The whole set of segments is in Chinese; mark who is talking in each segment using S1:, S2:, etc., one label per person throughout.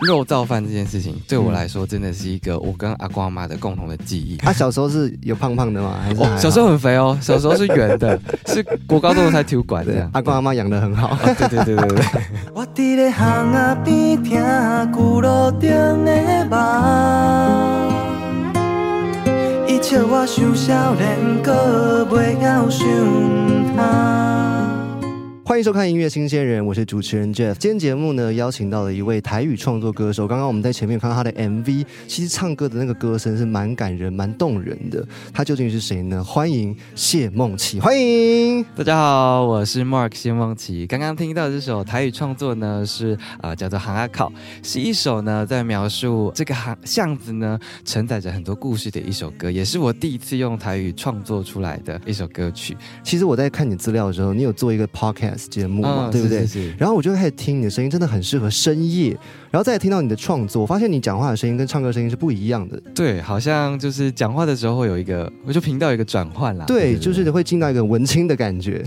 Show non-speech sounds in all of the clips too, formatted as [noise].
S1: 肉燥饭这件事情对我
S2: 嗯
S1: 来说真的是一个我跟阿公阿妈的共同的记忆。
S2: [laughs] 啊，小时候是有胖胖的吗？还是还
S1: 哦，
S2: 好
S1: 小时候很肥哦，小时候是圆
S2: [laughs]
S1: 的，是国高中才体育馆这
S2: 对
S1: 样。
S2: 阿公阿妈养的很好。
S1: 哦对对对对对，
S3: 我伫咧巷仔边听旧路顶的梦，伊笑我想少年，搁袂晓想通。
S2: [laughs] 欢迎收看音乐新鲜人，我是主持人 Jeff。今天节目呢，邀请到了一位台语创作歌手。刚刚我们在前面有看到他的 MV，其实唱歌的那个歌声是蛮感人、蛮动人的。他究竟是谁呢？欢迎谢梦琪，欢迎。
S1: 大家好，我是 Mark 谢梦琪。刚刚听到这首台语创作呢，是啊、呃叫做《行阿考》，是一首呢在描述这个行巷子呢承载着很多故事的一首歌，也是我第一次用台语创作出来的一首歌曲。
S2: 其实我在看你资料的时候，你有做一个 podcast 节目嘛，
S1: 嗯
S2: 对不对？
S1: 是是是
S2: 然后我就开始听你的声音，真的很适合深夜。然后再听到你的创作，我发现你讲话的声音跟唱歌声音是不一样的。
S1: 对，好像就是讲话的时候会有一个，我就频道有一个转换啦。
S2: 对，就是会进到一个文青的
S1: [laughs]
S2: 感觉。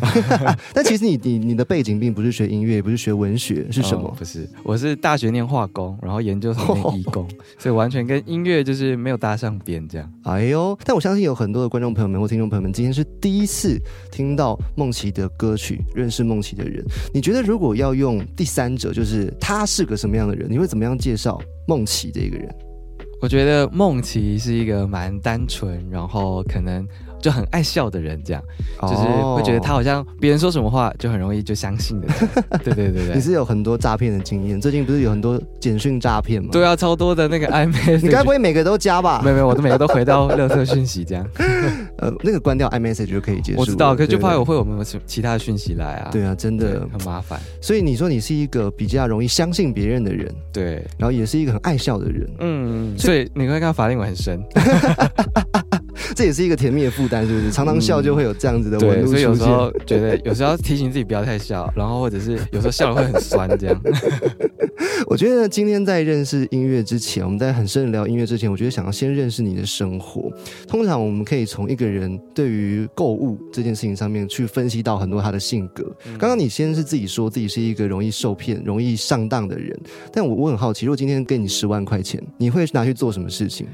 S2: 但其实你你你的背景并不是学音乐，也不是学文学，是什么？
S1: 哦不是，我是大学念化工，然后研究所念医工，
S2: 哦
S1: [laughs] 所以完全跟音乐就是没有搭上边这样。
S2: 哎呦！但我相信有很多的观众朋友们或听众朋友们，今天是第一次听到梦琪的歌曲，认识梦琪的人。你觉得如果要用第三者，就是他是个什么样的人，你会怎么样介绍梦琪这个人？
S1: 我觉得梦琪是一个蛮单纯，然后可能就很爱笑的人，这样就是会觉得他
S2: 哦
S1: 好像别人说什么话就很容易就相信的这样。 [laughs] 对对对
S2: 你
S1: 对。
S2: 是有很多诈骗的经验，最近不是有很多简讯诈骗吗？，
S1: 对啊，超多的那
S2: [laughs]
S1: 个暧昧，
S2: 你该不会每个都加吧
S1: 没？有没有，我都每个都回到乐色讯息这
S2: [laughs]
S1: 样。
S2: 呃，那个关掉 iMessage 就可以结束了。
S1: 我知道，可是就怕
S2: 对
S1: 有。会有没有其其他的讯息来啊？
S2: 对啊，真
S1: 对，
S2: 的。
S1: 很麻烦。
S2: 所以你说你是一个比较容易相信别人的人，
S1: 对，
S2: 然后也是一个很爱笑的
S1: [laughs]
S2: 人，
S1: 嗯，
S2: 所
S1: 所以你会看到法令纹很深，
S2: 这也是一个甜蜜的负担，是不是？常常笑就会有这样子的纹
S1: 对，
S2: 路
S1: 所以有
S2: 出
S1: 时
S2: 现。
S1: 候觉得有时候要提醒自己不要太笑，然后或者是有时候笑了会很酸这样。 [laughs]
S2: 我觉得今天在认识音乐之前，我们在很深的聊音乐之前，我觉得想要先认识你的生活。通常我们可以从一个人对于购物这件事情上面去分析到很多他的性格。
S1: 嗯
S2: 刚刚你先是自己说自己是一个容易受骗、容易上当的人，但我我很好奇，如果今天给你十万块钱，你会拿去做什么事情？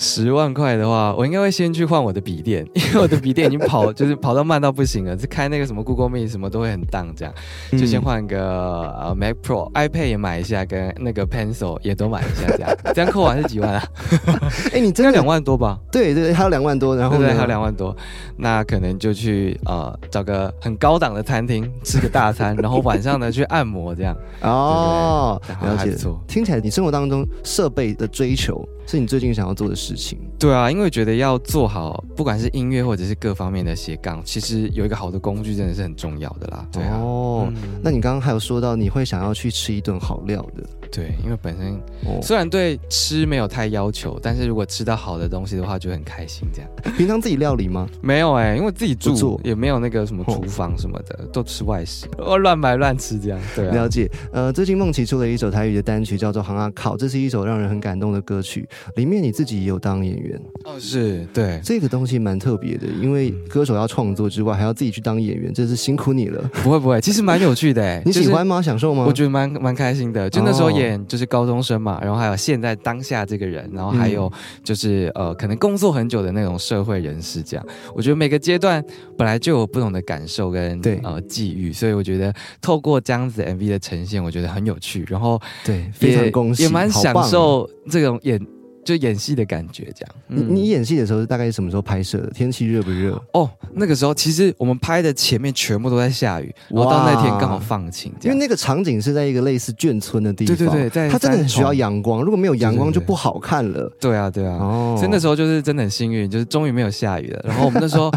S1: 十万块的话，我应该会先去换我的笔电，因为我的笔电已经跑，就是跑到慢到不行了，就开那个什么 Google Meet 什么都会很荡这样，就
S2: 嗯
S1: 先换个、呃 Mac Pro、iPad 也买一下，跟那个 Pencil 也都买一下这样，这样扣完是几万啊？
S2: [laughs] 哎、你
S1: 应
S2: 真
S1: 该
S2: 的
S1: 两万多吧？
S2: 对对，还有两万多，然
S1: 然
S2: 后
S1: 后
S2: 呢？
S1: 对，还有两万多，那可能就去呃找个很高档的餐厅吃个大餐，然后晚上呢去按摩这样，
S2: 哦，
S1: 对不对
S2: 了
S1: 还
S2: 解
S1: 不错。
S2: 听起来你生活当中设备的追求是你最近想要做的事情。
S1: 对啊，因为觉得要做好，不管是音乐或者是各方面的斜杠，其实有一个好的工具真的是很重要的啦。对啊，
S2: 哦，那你刚刚还有说到你会想要去吃一顿好料的
S1: 对，因为本身
S2: 哦。
S1: 虽然对吃没有太要求，但是如果吃到好的东西的话，就很开心。这样
S2: 平常自己料理吗？
S1: 没有哎、因为自己
S2: 嗯不做
S1: 住也没有那个什么
S2: 哦
S1: 厨房什么的，都吃外食，我乱买乱吃这样。对啊
S2: 了，解。呃，最近梦琪出了一首台语的单曲，叫做《行啊靠》，这是一首让人很感动的歌曲。里面你自己也有当演员，
S1: 哦是，对，嗯
S2: 这个东西蛮特别的，因为歌手要创作之外，还要自己去当演员，真是辛苦你了。
S1: 不会不会，其实蛮有趣的哎、
S2: [laughs] 你
S1: 就是
S2: 喜欢吗？享受吗？
S1: 我觉得蛮蛮开心的，就那时候
S2: 嗯哦
S1: 演就是高中生嘛，然后还有现在当下这个人，然后还
S2: 嗯
S1: 有就是、呃可能工作很久的那种社会人士这样。我觉得每个阶段本来就有不同的感受跟
S2: 对
S1: 呃际遇，所以我觉得透过这样子 MV 的呈现，我觉得很有趣，然后
S2: 对，
S1: 也
S2: 非常恭喜，
S1: 也蛮
S2: 好
S1: 享
S2: 棒啊
S1: 受这种演就演戏的感觉这样。
S2: 你
S1: 嗯
S2: 你演戏的时候是大概是什么时候拍摄的？天气热不热？
S1: 哦，那个时候其实我们拍的前面全部都在下雨，我到那天刚好放晴，这
S2: 因
S1: 样
S2: 为那个场景是在一个类似眷村的地方，
S1: 对对对，在
S2: 它真的很需要
S1: 三重。
S2: 阳光，如果没有阳光
S1: 对对
S2: 就
S1: 对
S2: 不好看了。
S1: 对啊，对啊。
S2: 哦
S1: 所以那时候就是真的很幸运，就是终于没有下雨了。然后我们那时
S2: [laughs]
S1: 候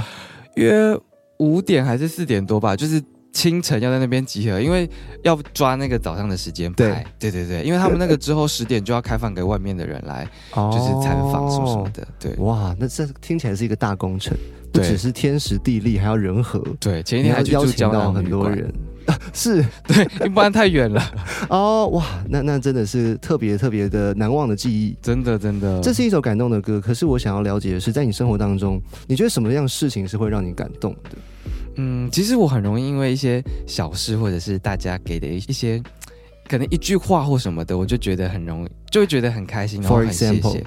S1: 约五点还是四点多吧，就是清晨要在那边集合，因为要抓那个早上的时间拍。对对对，因为他们那个之后十点就要开放给外面的人来，
S2: 候
S1: 就是参访什么什么的。对
S2: 哇，那这听起来是一个大工程，不
S1: 对
S2: 只是天时地利，还要人和。
S1: 对，前一
S2: 你
S1: 天
S2: 要
S1: 还去
S2: 邀
S1: 住
S2: 请
S1: 胶
S2: 到
S1: 囊
S2: 很多
S1: 旅
S2: 人， [laughs] 是
S1: 馆， [laughs] 不然太远了。
S2: 哦，哇，那那真的是特别特别的难忘的记忆。
S1: 真的真的，
S2: 这是一首感动的歌，可是我想要了解的是，在你生活当中，你觉得什么样的事情是会让你感动的？
S1: 嗯，其实我很容易因为一些小事或者是大家给的一一些。可能一句话或什么的，我就觉得很容易，就会觉得很开心，然后
S2: For
S1: 很谢
S2: example
S1: 谢。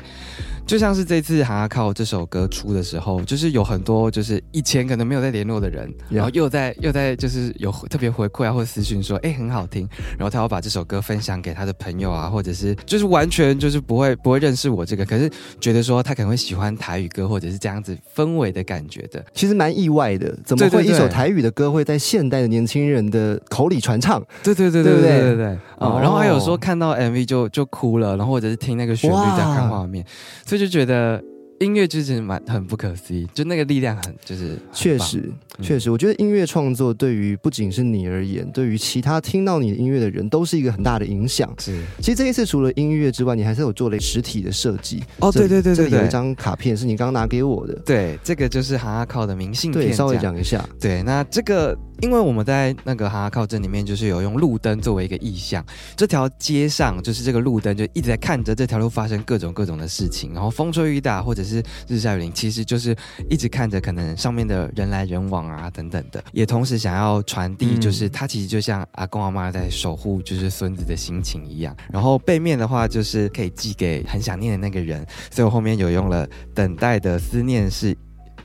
S1: 就像是这次《哈哈靠》这首歌出的时候，就是有很多就是以前可能没有在联络的人
S2: Yeah
S1: 然后又在又在就是有特别回馈啊，或者私讯说，哎、很好听，然后他要把这首歌分享给他的朋友啊，或者是就是完全就是不会不会认识我这个，可是觉得说他可能会喜欢台语歌或者是这样子氛围的感觉的，
S2: 其实蛮意外的，怎么
S1: 对
S2: 会
S1: 对
S2: 一首
S1: 对
S2: 台语的歌会在现代的年轻人的口里传唱？
S1: 对对对
S2: 对
S1: 对
S2: 不对
S1: 对对对
S2: 哦
S1: 哦，然后还有说看到 MV 就就哭了，然后或者是听那个旋律
S2: 哇
S1: 在看画面，所以就觉得音乐就是蛮很不可思议，就那个力量很就是很棒
S2: 确，实，
S1: 嗯
S2: 确实，我觉得音乐创作对于不仅是你而言，对于其他听到你的音乐的人，都是一个很大的影响。
S1: 是
S2: 其实这一次除了音乐之外，你还是有做了实体的设计。
S1: 哦
S2: 这里
S1: 对对对对
S2: 这里有一
S1: 对
S2: 张卡片是你刚刚拿给我的，
S1: 对这个就是哈哈靠的明信
S2: 对，
S1: 片，
S2: 稍微讲一下。
S1: 对，那这个因为我们在那个哈哈靠镇里面，就是有用路灯作为一个意象，这条街上就是这个路灯就一直在看着这条路发生各种各种的事情，然后风吹雨打或者是日晒雨淋，其实就是一直看着可能上面的人来人往啊等等的，也同时想要传递，就是
S2: 嗯
S1: 它其实就像阿公阿妈在守护就是孙子的心情一样。然后背面的话就是可以寄给很想念的那个人，所以我后面有用了等待的思念是，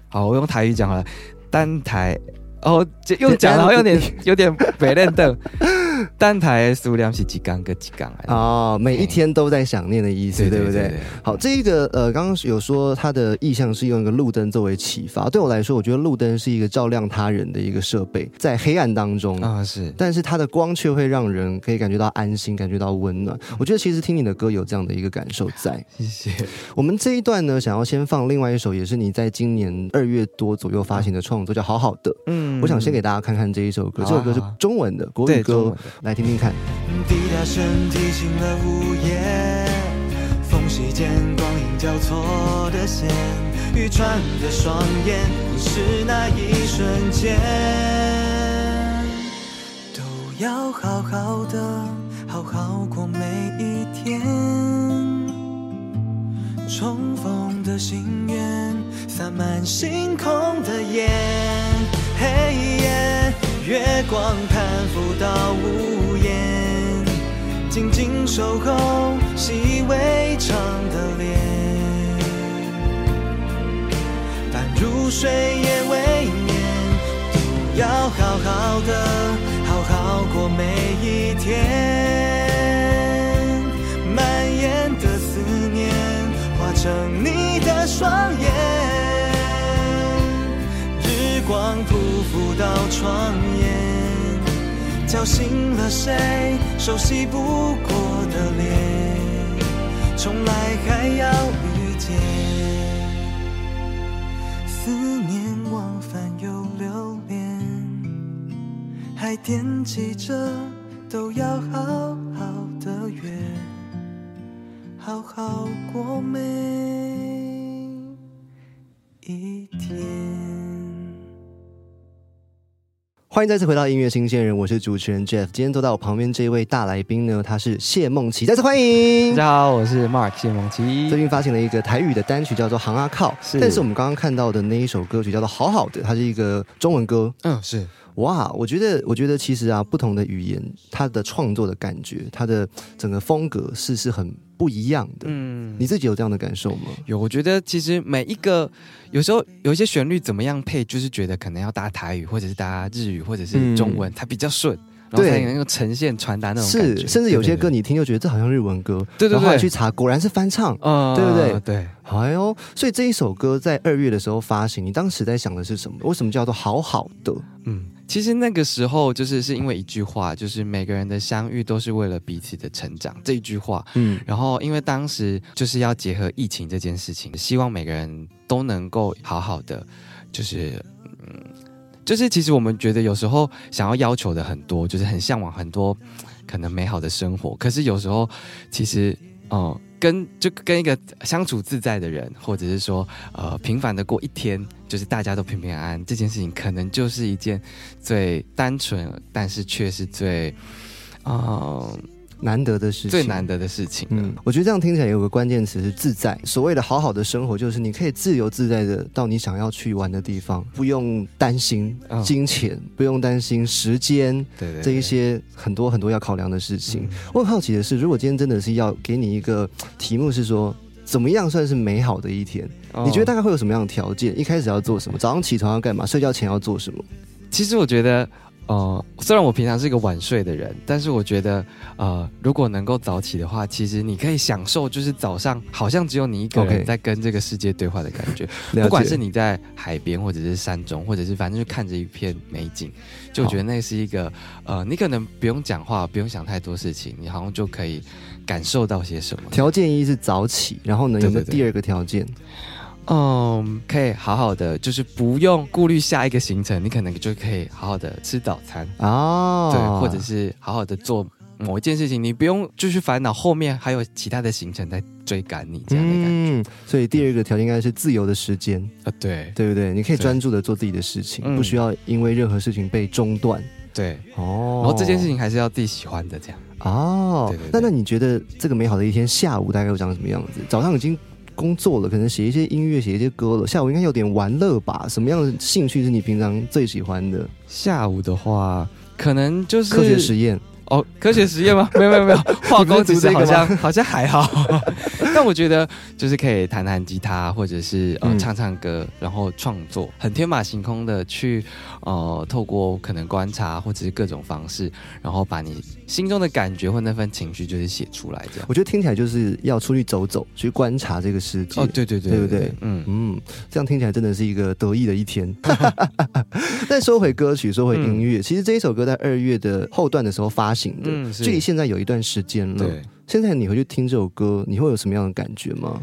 S1: 好，我用台语讲好了，单台哦，这用讲了，有点有点北认凳，单台的数量是几缸跟几缸来的，
S2: 啊、每一天都在想念的意思，对不对？好，这个呃，刚刚有说它的意向是用一个路灯作为启发。对我来说，我觉得路灯是一个照亮他人的一个设备，在黑暗当中，
S1: 啊、是
S2: 但是它的光却会让人可以感觉到安心，感觉到温暖。我觉得其实听你的歌有这样的一个感受在。
S1: 谢谢。
S2: 我们这一段呢，想要先放另外一首，也是你在今年二月多左右发行的创作，叫《好好的》。
S1: 嗯
S2: 我想先给大家看看这一首歌，这
S1: 好啊
S2: 首歌是
S1: 好啊
S2: 中文的国语
S1: 对中
S2: 歌
S1: 文，的
S2: 来听听看。
S3: 滴答声提醒了午夜，缝隙间光影交错的线，愚蠢的双眼，是那一瞬间，都要好好的，好好过每一天。重逢的心愿，洒满星空的眼，黑夜，月光攀附到屋檐，静静守候习以为常的脸，但如水也未眠，都要好好的，好好过每一天。蔓延的思念化成你的双眼，日光匍匐到窗沿，叫醒了谁熟悉不过的脸，重来还要遇见。思念往返又留恋。还惦记着，都要好好的约，好好过每一天。
S2: 欢迎再次回到音乐新鲜人，我是主持人 Jeff。今天坐在我旁边这一位大来宾呢，他是谢梦琪，再次欢迎
S1: 大。家好，我是啊 Mark 谢蒙
S2: 最
S1: 奇。
S2: 近发行了一个台语的单曲，叫做《行啊靠》，
S1: 是
S2: 但是我们刚刚看到的那一首歌曲叫做《好好的》，它是一个中文歌。
S1: 嗯，是
S2: 哇，我觉得，我觉得其实啊，不同的语言，它的创作的感觉，它的整个风格是是很不一样的。
S1: 嗯。
S2: 你自己有这样的感受吗？
S1: 有，我觉得其实每一个有时候有一些旋律怎么样配，就是觉得可能要搭台语，或者是搭日语，或者是中文，它比较顺，然后
S2: 嗯对
S1: 才能够呈现传达那种感觉。
S2: 是，甚至有些歌
S1: 对，
S2: 你听就觉得这好像日文歌，
S1: 对对
S2: 然后后来
S1: 对，
S2: 去查，果然是翻唱。
S1: 嗯
S2: 对不对
S1: 对，
S2: 哎呦，所以这一首歌在二月的时候发行，你当时在想的是什么？为什么叫做好好的？
S1: 嗯，其实那个时候就是是因为一句话，就是每个人的相遇都是为了彼此的成长这一句话。
S2: 嗯，
S1: 然后因为当时就是要结合疫情这件事情，希望每个人都能够好好的，就是嗯，就是其实我们觉得有时候想要要求的很多，就是很向往很多可能美好的生活，可是有时候其实嗯。跟就跟一个相处自在的人，或者是说，呃，平凡的过一天，就是大家都平平安安，这件事情可能就是一件最单纯，但是却是最，嗯、
S2: 难得的事情，
S1: 最难得的事情了。
S2: 嗯，我觉得这样听起来有个关键词是自在。所谓的好好的生活，就是你可以自由自在的到你想要去玩的地方，不用担心
S1: 嗯
S2: 金钱，不用担心时间
S1: 对对嗯
S2: 这一
S1: 对
S2: 些很多很多要考量的事情。我很好奇的是，如果今天真的是要给你一个题目，是说怎么样算是美好的一天？
S1: 哦
S2: 你觉得大概会有什么样的条件？一开始要做什么？早上起床要干嘛？睡觉前要做什么？
S1: 其实我觉得，呃，虽然我平常是一个晚睡的人，但是我觉得，呃，如果能够早起的话，其实你可以享受，就是早上好像只有你一个
S2: OK
S1: 人在跟这个世界对话的感觉。
S2: 了解
S1: 不管是你在海边，或者是山中，或者是反正就看着一片美景，就我觉得那是一个，呃，你可能不用讲话，不用想太多事情，你好像就可以感受到些什么。
S2: 条件一是早起，然后呢，
S1: 对
S2: 有没有
S1: 对对
S2: 第二个条件？
S1: 嗯，可以好好的，就是不用顾虑下一个行程，你可能就可以好好的吃早餐。
S2: 啊，
S1: 对，或者是好好的做某一件事情，你不用继续烦恼后面还有其他的行程在追赶你这样的感觉。
S2: 嗯，所以第二个条件应该是自由的时间，
S1: 啊，对
S2: 对不对？你可以
S1: 对
S2: 专注的做自己的事情，
S1: 嗯
S2: 不需要因为任何事情被中断。
S1: 对，
S2: 哦
S1: 然后这件事情还是要自己喜欢的这样。
S2: 哦，
S1: 对对对
S2: 那那你觉得这个美好的一天下午大概会长什么样子？早上已经工作了，可能写一些音乐，写一些歌了，下午应该有点玩乐吧？什么样的兴趣是你平常最喜欢的？
S1: 下午的话，可能就是
S2: 科学实验
S1: 哦，科学实验吗？没有没有没有，化工只是好像好像还好， [laughs] 但我觉得就是可以弹弹吉他，或者是呃
S2: 嗯
S1: 唱唱歌，然后创作，很天马行空的去呃透过可能观察或者是各种方式，然后把你心中的感觉或那份情绪就是写出来这样。
S2: 我觉得听起来就是要出去走走，去观察这个世界。
S1: 哦，对对对
S2: 对不对
S1: 嗯，
S2: 嗯，这样听起来真的是一个得意的
S1: [laughs]
S2: 一天。但说回歌曲，说回音乐，其实这一首歌在二月的后段的时候发行的，
S1: 嗯是
S2: 距离现在有一段时间了。
S1: 对。
S2: 现在你回去听这首歌，你会有什么样的感觉吗？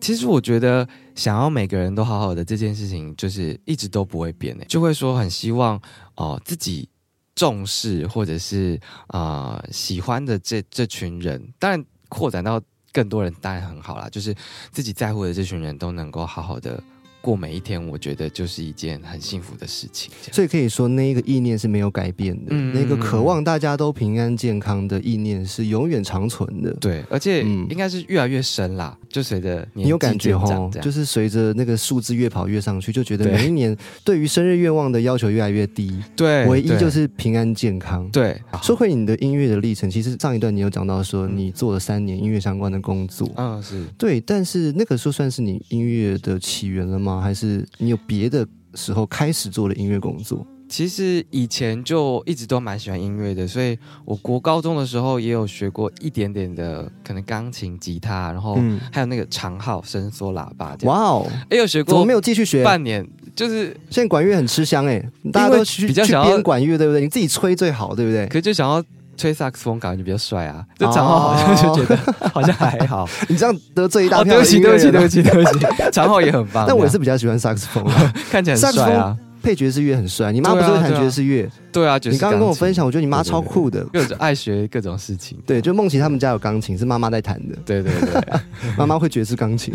S1: 其实我觉得，想要每个人都好好的这件事情，就是一直都不会变欸的，就会说很希望哦、自己重视或者是啊、呃喜欢的这这群人，当然扩展到更多人当然很好啦，就是自己在乎的这群人都能够好好的过每一天，我觉得就是一件很幸福的事情。这样
S2: 所以可以说，那一个意念是没有改变的，
S1: 嗯
S2: 那个渴望大家都平安健康的意念是永远长存的。
S1: 对，而且
S2: 嗯
S1: 应该是越来越深啦，就随着年纪
S2: 你有感觉
S1: 渐
S2: 哦
S1: 长这，样
S2: 就是随着那个数字越跑越上去，就觉得
S1: 对
S2: 每一年对于生日愿望的要求越来越低，
S1: 对，
S2: 唯一
S1: 哎对
S2: 就是平安健康。
S1: 对，
S2: 说回你的音乐的历程，其实上一段你有讲到说你做了三年音乐相关的工作，
S1: 嗯是。
S2: 对，但是那个时候算是你音乐的起源了吗？还是你有别的时候开始做的音乐工作？
S1: 其实以前就一直都蛮喜欢音乐的，所以我国高中的时候也有学过一点点的，可能钢琴、吉他，然后
S2: 嗯，
S1: 还有那个长号伸缩喇叭这样。
S2: 哇哦，
S1: 也有学
S2: 怎么
S1: 过
S2: 没有继续学？
S1: 半年，就是
S2: 现在管乐很吃香哎、大家都去
S1: 比较
S2: 去
S1: 想要
S2: 编管乐，对不对？你自己吹最好，对不对
S1: 可？是就想要吹萨克斯风，感觉就比较帅啊。
S2: 哦
S1: 这长号好像就觉得、好像还
S2: [laughs]
S1: 好。
S2: 你这样得罪一大
S1: 哦，
S2: 票
S1: 对
S2: 的
S1: 不起，
S2: 音乐
S1: 对不
S2: 人、啊
S1: 起，对不起，对不起，长号也很棒。
S2: [laughs] 但我也是比较喜欢萨克斯风啊，
S1: 这样看起来很帅啊。
S2: 配爵士乐很帅。你妈不
S1: 对啊
S2: 是会弹
S1: 对啊
S2: 爵士乐？
S1: 对啊，就是
S2: 你刚刚跟我分享，
S1: 钢
S2: 我觉得你妈
S1: 对对
S2: 超
S1: 对
S2: 酷的。
S1: 琴，各种爱学各种事情。
S2: 对，就梦琪他们家有钢琴，是妈妈在弹的，
S1: 对对对。
S2: 妈妈会爵士
S1: [laughs]
S2: 钢琴，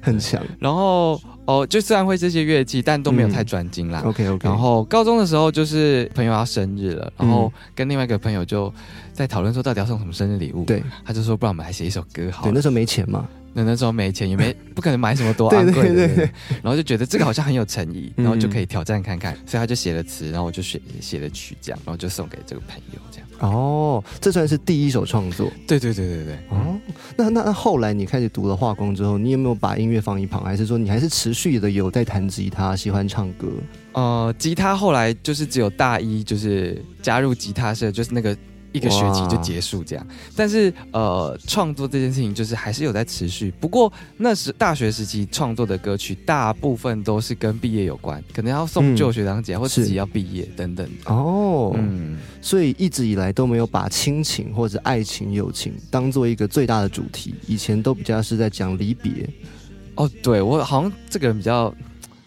S2: 很强。
S1: 然后哦，就虽然会这些乐器，但都没有
S2: 嗯
S1: 太专精啦。
S2: OK OK，
S1: 啊然后高中的时候，就是朋友要生日了，
S2: 嗯
S1: 然后跟另外一个朋友就在讨论说到底要送什么生日礼物。，
S2: 对
S1: 他就说不然我们来写一首歌好
S2: 对，
S1: 了
S2: 那。时候没钱嘛，
S1: 那那时候没钱，也没不可能买什么多
S2: [laughs] 对
S1: 昂贵的。
S2: 对对对
S1: 然后就觉得这个好像很有诚意，
S2: 嗯
S1: 然后就可以挑战看看，所以他就写了词，然后我就写写了曲，这样，然后就送给这个朋友，这样。
S2: 哦，这算是第一首创作
S1: 对对对对对。
S2: 哦。那那那后来你开始读了化工之后，你有没有把音乐放一旁，还是说你还是持续的有在弹吉他，喜欢唱歌？
S1: 呃，吉他后来就是只有大一就是加入吉他社，就是那个一个学期
S2: 哇
S1: 就结束这样。但是呃，创作这件事情就是还是有在持续。不过那时大学时期创作的歌曲，大部分都是跟毕业有关，可能要送
S2: 嗯
S1: 旧学长姐、或
S2: 是
S1: 自己要毕业等等。
S2: 哦，
S1: 嗯，
S2: 所以一直以来都没有把亲情或者爱情、友情当做一个最大的主题，以前都比较是在讲离别。
S1: 哦，对我好像这个人比较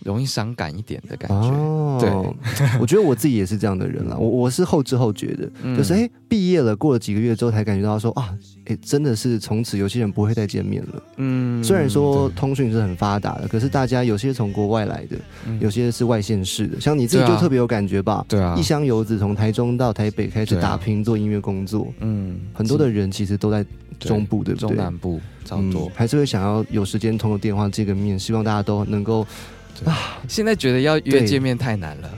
S1: 容易伤感一点的感觉。
S2: 哦，对，我觉得我自己也是这样的人啦。我我是后知后觉的，
S1: 嗯
S2: 就是哎，毕业了，过了几个月之后才感觉到说啊，哎，真的是从此有些人不会再见面了。
S1: 嗯
S2: 虽然说通讯是很发达的，可是大家有些从国外来的，
S1: 嗯
S2: 有些是外县市的，像你自己
S1: 对
S2: 就
S1: 啊
S2: 特别有感觉吧？
S1: 对啊
S2: 一，箱游子从台中到台北开始
S1: 对啊
S2: 打拼做音乐工作，
S1: 嗯，
S2: 很多的人其实都在
S1: 对
S2: 中部，对不对？
S1: 中南部超多
S2: 嗯，。还是会想要有时间通个电话见个面，希望大家都能够
S1: 现在觉得要约
S2: 对
S1: 见面太难了，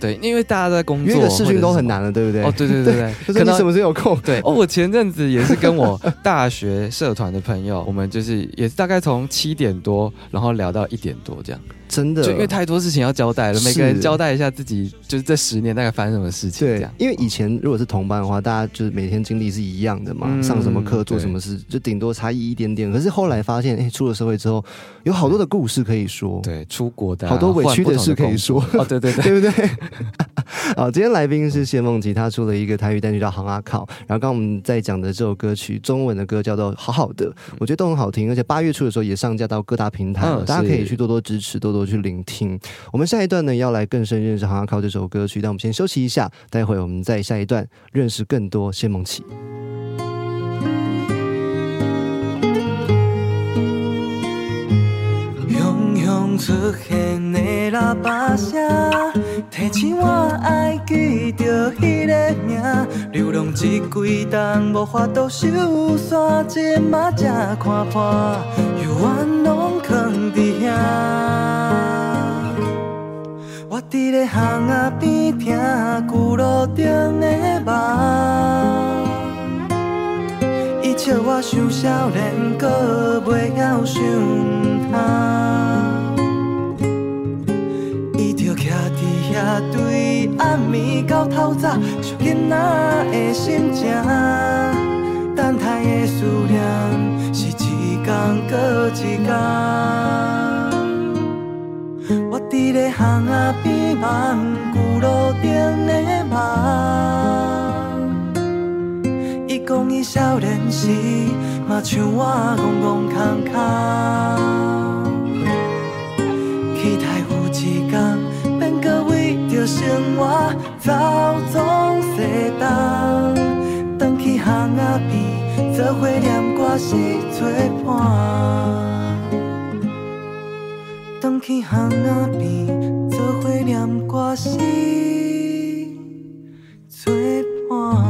S1: 对，因为大家都在工作，
S2: 约个视讯都很难
S1: 或
S2: 了，对不对？
S1: 者是什么。哦，对对对对，可
S2: 就是你
S1: 能
S2: 什么时候有空？
S1: 对，哦，我前阵子也是跟我大学社团的朋友，我们就是也是大概从七点多，然后聊到一点多这样，
S2: 真的，
S1: 就因为太多事情要交代了，
S2: 是
S1: 每个人交代一下自己就是这十年大概发生什么事情这
S2: 对
S1: 样，。
S2: 因为以前如果是同班的话，大家就是每天经历是一样的嘛，
S1: 嗯
S2: 上什么课做
S1: 对
S2: 什么事，就顶多差异一点点。可是后来发现，哎、出了社会之后，有好多的故事可以说，
S1: 对，出国的啊、
S2: 好多委屈
S1: 换不同的
S2: 事可以说
S1: 工作哦，对对对，
S2: 对不对？ [laughs] 好，今天来宾是谢梦琪，她出了一个台语单曲叫《行阿靠》，然后刚刚我们在讲的这首歌曲，中文的歌叫做《好好的》，
S1: 嗯
S2: 我觉得都很好听，而且八月初的时候也上架到各大平台了，
S1: 嗯
S2: 大家可以
S1: 是
S2: 去多多支持，多多去聆听。我们下一段呢要来更深认识《行啊阿靠》这首歌曲，但我们先休息一下，待会我们在下一段认识更多谢梦琪。
S3: 汹涌出现的喇叭声，提醒我爱记着迄个名。流浪这几冬无法度收山，即马才看破，犹原拢藏伫遐。我伫咧巷仔边听旧路顶的梦。伊笑我想少年，搁袂晓想通。伊就徛伫遐，对暗暝到透早，像囡仔的心情。等待的思念，是一天搁一天。我伫咧巷仔边望旧路顶的梦。伊讲伊少年时嘛像我戆戆空空，期待有一天变搁为着生活走总西东，返去巷仔边做伙念歌是做伴，返去巷仔边做伙念歌是做伴。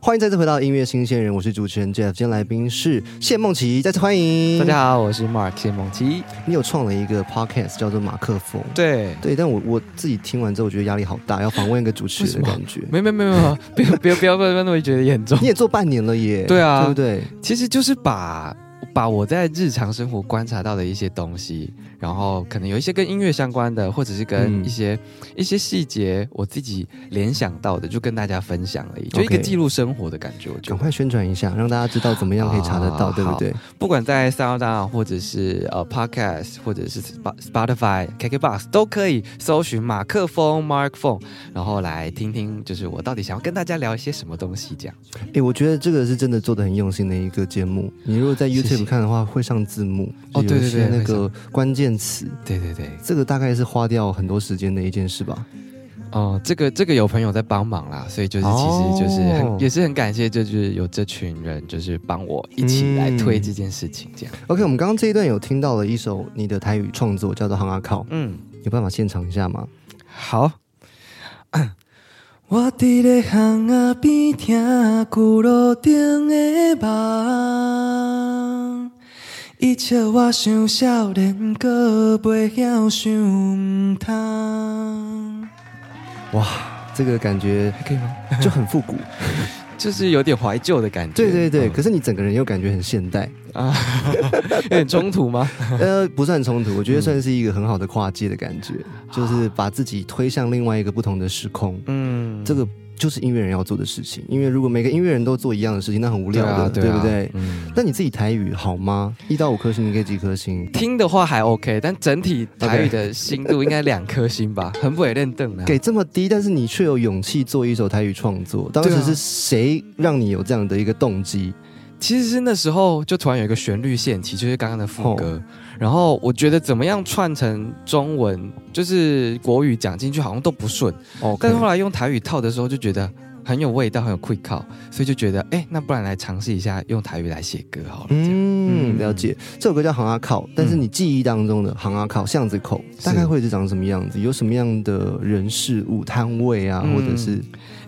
S2: 欢迎再次回到音乐新鲜人，我是主持人 Jeff，今天来宾是谢梦琪，再次欢迎
S1: 大家。好，我是 Mark 谢梦琪，
S2: 你有创了一个 podcast 叫做马克风，
S1: 对。
S2: 对，但我我自己听完之后，我觉得压力好大，要访问一个主持人的
S1: 为什么
S2: 感觉。
S1: 没没没没没，不要不要不要不要那么觉得严重
S2: 你。也做半年了耶，
S1: [laughs] 对啊
S2: 对不对？
S1: 其实就是把把我在日常生活观察到的一些东西，然后可能有一些跟音乐相关的，或者是跟
S2: 嗯
S1: 一些、一些细节，我自己联想到的，就跟大家分享而已，就一个
S2: OK
S1: 记录生活的感觉。我觉
S2: 赶
S1: 得，
S2: 快宣传一下，让大家知道怎么样可以查得到，
S1: 啊
S2: 对不对？
S1: 不管在 Sound On 或者是呃 Podcast，或者是 Sp- Spotify、KKBox 都可以搜寻马克风 Mark Phone，然后来听听，就是我到底想要跟大家聊一些什么东西这样。
S2: 哎，我觉得这个是真的做的很用心的一个节目。你如果在
S1: 谢谢
S2: YouTube 看的话，会上字幕，
S1: 哦
S2: 就有
S1: 对
S2: 一
S1: 对
S2: 些
S1: 对
S2: 那个关键词，
S1: 对对对。
S2: 这个大概是花掉很多时间的一件事吧。
S1: 哦，这个这个有朋友在帮忙啦，所以就是其实就是很、
S2: 哦
S1: 也是很感谢，就是有这群人就是帮我一起来推这件事情，这样。
S2: OK，我们刚刚这一段有听到了一首你的台语创作，叫做《行阿靠》，
S1: 嗯，
S2: 有办法现场一下吗？
S1: 好，
S3: 我伫咧巷仔边听旧路顶的梦，伊笑我想少年，搁袂晓想通。
S2: 哇，这个感觉
S1: 还可以吗？
S2: 就很复
S1: [laughs]
S2: 古。
S1: 就是有点怀旧的感觉。
S2: 对对对，
S1: 嗯
S2: 可是你整个人又感觉很现代，
S1: 啊， [laughs] 有点冲突吗？ [laughs]
S2: 呃，不算冲突，我觉得算是一个很好的跨界的感觉，就是把自己推向另外一个不同的时空。
S1: 嗯嗯，
S2: 这个就是音乐人要做的事情。因为如果每个音乐人都做一样的事情，那很无聊的，
S1: 对啊
S2: 不对？
S1: 嗯，
S2: 那你自己台语好吗？一到五颗星，你给几颗星？
S1: 听的话还 OK，但整体台语的星度应该两颗星吧，很不会认凳啊。
S2: 给这么低，但是你却有勇气做一首台语创作，当
S1: 对
S2: 时
S1: 啊
S2: 是谁让你有这样的一个动机？
S1: 其实是那时候就突然有一个旋律线起，就是刚刚的副歌，然后我觉得怎么样串成中文，就是国语讲进去好像都不顺，
S2: 哦，
S1: 但是后来用台语套的时候就觉得很有味道，很有 quick 靠，所以就觉得哎、那不然来尝试一下用台语来写歌好了。嗯嗯
S2: 嗯，了解。这首歌叫《行阿靠》，但是你记忆当中的行阿靠巷子口
S1: 是
S2: 大概会是长什么样子？有什么样的人事物、摊位啊，
S1: 嗯
S2: 或者是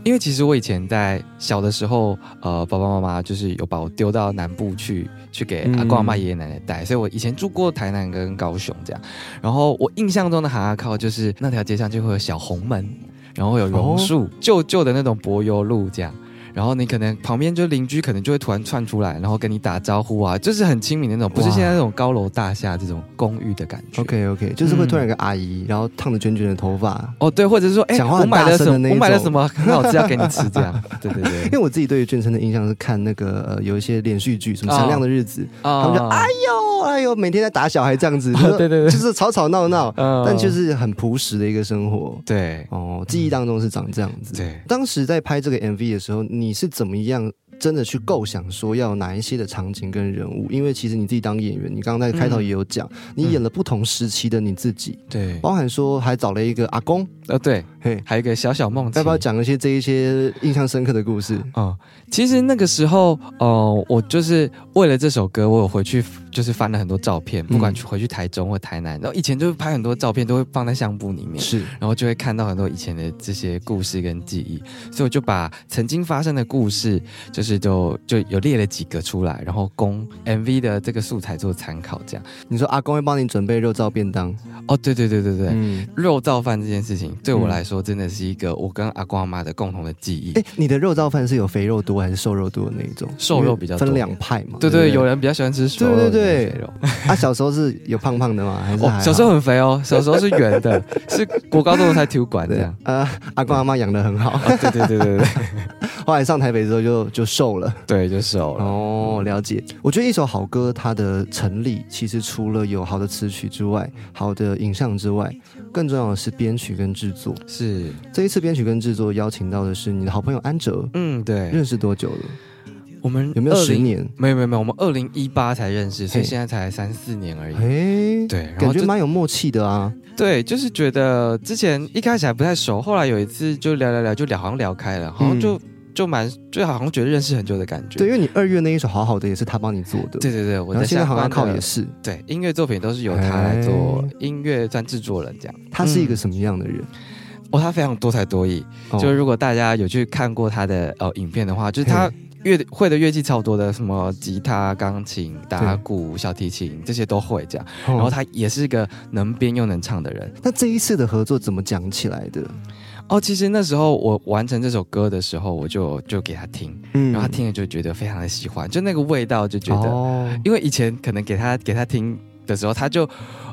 S1: 因为其实我以前在小的时候，呃，爸爸妈妈就是有把我丢到南部去，去给
S2: 嗯
S1: 阿公阿妈、爷爷奶奶带，所以我以前住过台南跟高雄这样。然后我印象中的哈阿靠就是那条街上就会有小红门，然后会有榕树，
S2: 哦
S1: 旧旧的那种柏油路这样。然后你可能旁边就邻居可能就会突然窜出来，然后跟你打招呼啊，就是很亲民的那种，不是
S2: 哇
S1: 现在那种高楼大厦这种公寓的感觉。
S2: OK OK，就是会
S1: 嗯
S2: 突然有个阿姨，然后烫着卷卷的头发。
S1: 哦，对，或者是说，哎、
S2: 讲话
S1: 我
S2: 很
S1: 买
S2: 大
S1: 了
S2: 声
S1: 什
S2: 的
S1: 么，
S2: 那一
S1: 我买了
S2: 种
S1: 什么很好吃，要给你吃，这样，对对对
S2: [laughs] 因，为我自己对于眷村的印象是看那个呃有一些连续剧，什么《
S1: 哦
S2: 闪亮的日子》，
S1: 啊
S2: 他们就哎呦哎呦，每天在打小孩这样子，就是
S1: 对对对
S2: 就是吵吵闹闹，
S1: 嗯
S2: 但就是很朴实的一个生活。
S1: 对
S2: 哦，记忆当中是长这样子。
S1: 对，
S2: 当时在拍这个 MV 的时候，你是怎么样真的去构想说要有哪一些的场景跟人物？因为其实你自己当演员，你刚刚在开头也有讲，
S1: 嗯
S2: 你演了不同时期的你自己，
S1: 对，
S2: 包含说还找了一个阿公，
S1: 呃对，
S2: 嘿，
S1: 还有一个小小梦
S2: 要
S1: 琪
S2: 不。要讲一些这一些印象深刻的故事？
S1: 哦，其实那个时候，呃，我就是为了这首歌，我有回去就是翻了很多照片，不管
S2: 嗯
S1: 去回去台中或台南，然后以前就是拍很多照片，都会放在相簿里面，
S2: 是，
S1: 然后就会看到很多以前的这些故事跟记忆，所以我就把曾经发生的故事，就是都就有列了几个出来，然后供 MV 的这个素材做参考，这样。
S2: 你说阿公会帮你准备肉燥便当，
S1: 哦，对对对对对，
S2: 嗯，
S1: 肉燥饭这件事情对我
S2: 嗯
S1: 来说真的是一个我跟阿公阿妈的共同的记忆。
S2: 哎，你的肉燥饭是有肥肉多还是瘦肉多的那一种？
S1: 瘦肉比较多
S2: 分两派嘛。
S1: 对
S2: 对
S1: 对，
S2: 不
S1: 有人比较喜欢吃熟肉
S2: 对对对
S1: 有人肥
S2: [laughs]
S1: 肉。
S2: 啊，小时候是有胖胖的吗？还是啊还
S1: 哦，
S2: 好
S1: 小时候很肥
S2: [laughs]
S1: 哦，小时候是圆的，是国高中才体育馆这
S2: 对
S1: 样。
S2: 呃，阿公阿妈养的很好，
S1: 哦对对对对对
S2: 后来上台北之后就就瘦了。
S1: 对，就瘦了。
S2: 哦，了解。我觉得一首好歌，它的成立其实除了有好的词曲之外，好的影像之外，更重要的是编曲跟制作。
S1: 是，
S2: 这一次编曲跟制作邀请到的是你的好朋友安哲，
S1: 嗯，对。
S2: 认识多久了？
S1: 我们
S2: 有没有
S1: 20
S2: 十？年？
S1: 没有没有没有，我们二零一八才认识，所以
S2: 嘿
S1: 现在才三四年而已。
S2: 哎，
S1: 对，然
S2: 感
S1: 后
S2: 觉
S1: 就
S2: 蛮有默契的啊。
S1: 对，就是觉得之前一开始还不太熟，后来有一次就聊聊聊，就聊好像聊开了，好像就、就蛮就好像觉得认识很久的感觉。
S2: 嗯对，因为你二月那一首好好的也是他帮你做的，
S1: 对对对，我
S2: 然后
S1: 在
S2: 现在
S1: 下
S2: 好像
S1: 关
S2: 靠
S1: 的
S2: 也是。
S1: 对音乐作品都是由他来做
S2: 哎
S1: 音乐算制作人这样。
S2: 他是一个什么样的人？
S1: 哦，他非常多才多艺，嗯
S2: 哦
S1: 就是如果大家有去看过他的呃影片的话，就是他
S2: 嘿
S1: 乐会的乐器超多的，什么吉他、钢琴、打
S2: 对
S1: 鼓、小提琴这些都会这样。
S2: 哦
S1: 然后他也是一个能编又能唱的人。
S2: 那这一次的合作怎么讲起来的？
S1: 哦，其实那时候我完成这首歌的时候，我就就给他听，
S2: 嗯
S1: 然后他听了就觉得非常的喜欢，就那个味道就觉得，
S2: 哦
S1: 因为以前可能给他给他听。的时候，他就，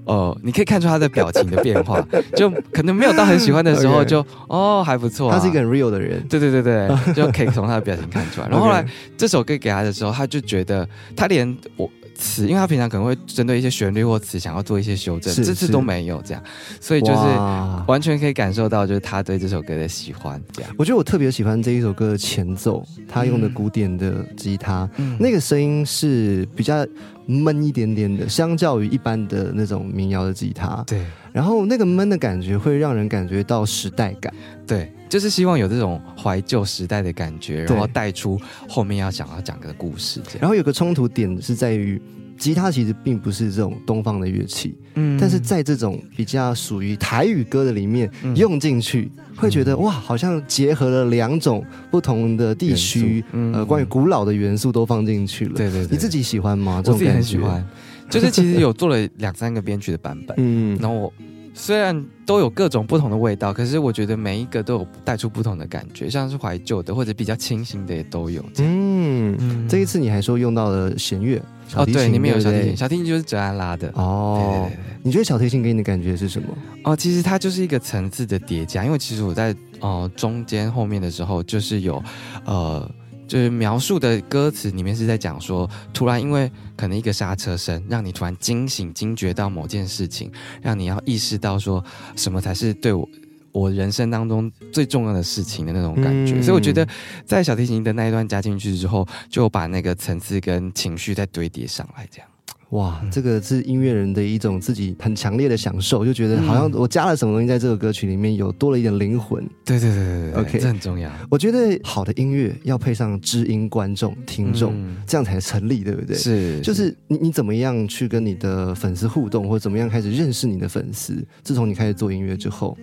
S1: 呃，你可以看出他的表情的变
S2: [laughs]
S1: 化，就可能没有到很喜欢的时候
S2: OK
S1: 就，哦，还不错、啊。
S2: 他是一个很 real 的人。
S1: 对对对对，
S2: [laughs]
S1: 就可以从他的表情看出来。然后后来这首歌给他的时候，他就觉得他连我词，因为他平常可能会针对一些旋律或词想要做一些修正，
S2: 是
S1: 这次都没有这样，所以就是
S2: 哇
S1: 完全可以感受到就是他对这首歌的喜欢这样。
S2: 我觉得我特别喜欢这一首歌的前奏，他用的古典的吉他，
S1: 嗯
S2: 那个声音是比较闷一点点的，相较于一般的那种民谣的吉他。
S1: 对
S2: 然后那个闷的感觉会让人感觉到时代感。
S1: 对，就是希望有这种怀旧时代的感觉，
S2: 对
S1: 然后带出后面要想要讲的故事这样。
S2: 然后有个冲突点是在于，吉他其实并不是这种东方的乐器，
S1: 嗯
S2: 但是在这种比较属于台语歌的里面、
S1: 嗯
S2: 用进去，会觉得哇，好像结合了两种不同的地区，
S1: 嗯
S2: 呃，关于古老的元素都放进去了。
S1: 对对对，
S2: 你自己喜欢吗？这
S1: 我自
S2: 种
S1: 己
S2: 感
S1: 很
S2: 觉
S1: 喜。欢，就是其实有做了两三个编曲的版 [laughs] 本。
S2: 嗯，
S1: 然后我虽然都有各种不同的味道，可是我觉得每一个都有带出不同的感觉，像是怀旧的或者比较清新的也都有这样。
S2: 嗯嗯，
S1: 嗯
S2: 这一次你还说用到了弦乐，小
S1: 哦，
S2: 提琴，
S1: 对，里面有小提
S2: 对不对
S1: 琴，小提琴就是哲安拉的。
S2: 哦
S1: 对对对
S2: 你觉得小提琴给你的感觉是什么？
S1: 哦，其实它就是一个层次的叠加，因为其实我在呃中间后面的时候，就是有呃。就是描述的歌词里面是在讲说，突然因为可能一个刹车声，让你突然惊醒、惊觉到某件事情，让你要意识到说什么才是对我我人生当中最重要的事情的那种感觉。
S2: 嗯
S1: 所以我觉得，在小提琴的那一段加进去之后，就把那个层次跟情绪再堆叠上来，这样。
S2: 哇，
S1: 嗯
S2: 这个是音乐人的一种自己很强烈的享受，就觉得好像我加了什么东西在这首歌曲里面，有多了一点灵魂。
S1: 对对对对对
S2: OK
S1: 这很重要。
S2: 我觉得好的音乐要配上知音观众、听众，
S1: 嗯
S2: 这样才成立，对不对？
S1: 是
S2: 就是你你怎么样去跟你的粉丝互动，或者怎么样开始认识你的粉丝？自从你开始做音乐之后，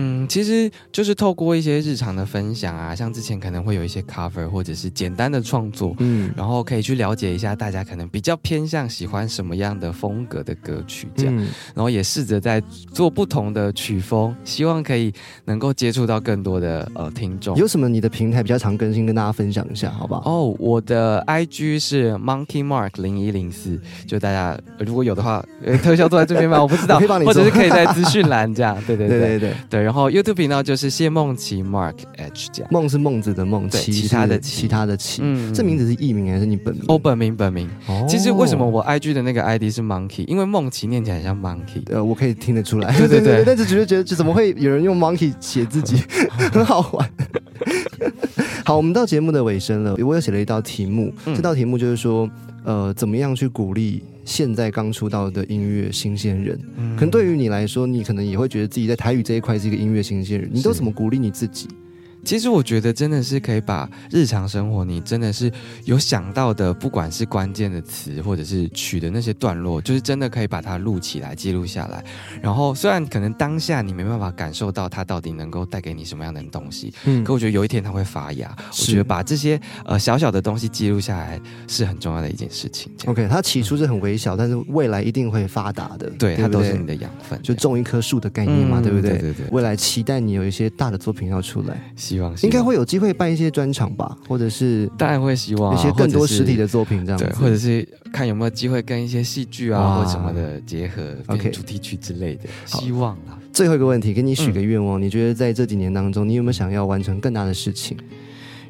S1: 嗯，其实就是透过一些日常的分享啊，像之前可能会有一些 cover 或者是简单的创作，
S2: 嗯，
S1: 然后可以去了解一下大家可能比较偏向喜欢什么样的风格的歌曲这样，
S2: 嗯
S1: 然后也试着在做不同的曲风，希望可以能够接触到更多的呃听众。
S2: 有什么你的平台比较常更新，跟大家分享一下，好不好？
S1: 哦我的 IG 是 Monkey Mark 零一零四，就大家呃如果有的话，呃特效都在这边吗？我不知道，
S2: 我可以帮你
S1: 或者
S2: 做
S1: 是
S2: [laughs]
S1: 可以在资讯栏这样，对对
S2: 对
S1: 对对
S2: 对对，
S1: 然后 YouTube 频道就是谢梦琪 Mark H 这样。
S2: 梦是孟子的梦，
S1: 对
S2: 其
S1: 其他的
S2: 是
S1: 其
S2: 其他的其，
S1: 嗯
S2: 这名字是艺名还是你本名？
S1: 哦，本名本名。
S2: 哦
S1: 其实为什么我 IG 的那个 ID 是 Monkey？因为梦琪念起来很像 Monkey。
S2: 呃，我可以听得出来，
S1: [laughs] 对
S2: [laughs]
S1: 对对
S2: 但是只是觉得怎么会有人用 monkey 写自己， [laughs] 很好玩。 [laughs] 好，我们到节目的尾声了，我又写了一道题目，
S1: 嗯
S2: 这道题目就是说，呃，怎么样去鼓励现在刚出道的音乐新鲜人？
S1: 嗯
S2: 可能对于你来说，你可能也会觉得自己在台语这一块是一个音乐新鲜人，你都
S1: 是
S2: 怎么鼓励你自己？
S1: 其实我觉得真的是可以把日常生活你真的是有想到的，不管是关键的词或者是曲的那些段落，就是真的可以把它录起来、记录下来。然后虽然可能当下你没办法感受到它到底能够带给你什么样的东西，
S2: 嗯
S1: 可我觉得有一天它会发芽。我
S2: 是
S1: 觉得把这些呃小小的东西记录下来是很重要的一件事情。这样
S2: OK，它起初是很微小，但是未来一定会发达的，
S1: 对，它
S2: 不
S1: 都是你的养分，这
S2: 就
S1: 样
S2: 种一棵树的概念嘛，
S1: 嗯
S2: 对不对？
S1: 对对对
S2: 未来期待你有一些大的作品要出来。
S1: 希望希
S2: 应该
S1: 望
S2: 会有机会办一些专场吧，或者是
S1: 当然会希望
S2: 一
S1: 啊
S2: 些更多实体。
S1: 或者
S2: 的
S1: 是
S2: 作品这样子，
S1: 对，或者是看有没有机会跟一些戏剧啊
S2: 哇
S1: 或什么的结合，变
S2: OK
S1: 成主题曲之类的，
S2: 好
S1: 希望啦。
S2: 最后一个问题，给你许个愿
S1: 嗯
S2: 望，你觉得在这几年当中，你有没有想要完成更大的事情？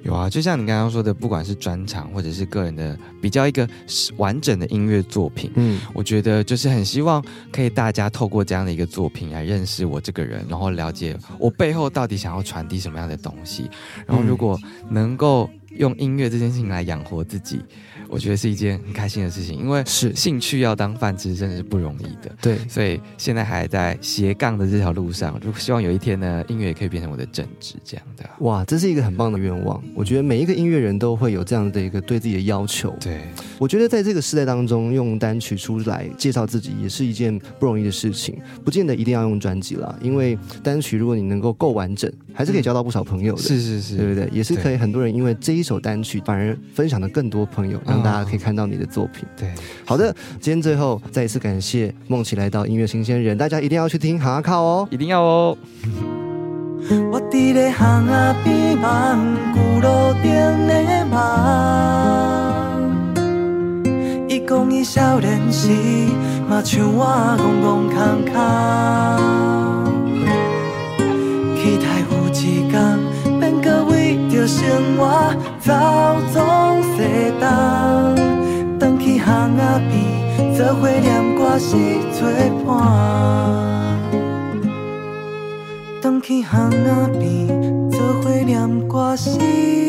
S1: 有啊，就像你刚刚说的，不管是专场或者是个人的比较一个完整的音乐作品，
S2: 嗯，
S1: 我觉得就是很希望可以大家透过这样的一个作品来认识我这个人，然后了解我背后到底想要传递什么样的东西。然后如果能够用音乐这件事情来养活自己，我觉得是一件很开心的事情，因为
S2: 是
S1: 兴趣要当饭吃真的是不容易的。
S2: 对，
S1: 所以现在还在斜杠的这条路上，如果希望有一天呢，音乐也可以变成我的正职，这样的。
S2: 哇，这是一个很棒的愿望。我觉得每一个音乐人都会有这样的一个对自己的要求。
S1: 对，
S2: 我觉得在这个时代当中，用单曲出来介绍自己也是一件不容易的事情，不见得一定要用专辑啦，因为单曲如果你能够够完整，还
S1: 嗯
S2: 是可以交到不少朋友的。
S1: 是是是，
S2: 对不对？也是可以，很多人因为这一首单曲，反而分享的更多朋友，让大家可以看到你的作品。
S1: 对，
S2: 好的，今天最后再一次感谢梦琪来到音乐新鲜人，大家一定要去听哈靠哦。
S1: 一定要哦。
S3: 我伫咧巷仔边望旧路顶的梦，伊讲伊少年时嘛像我戆戆空空，期待有一天免搁为着生活走总西东，返去巷仔边做伙念歌词做伴。回去巷仔边，做伙念歌词。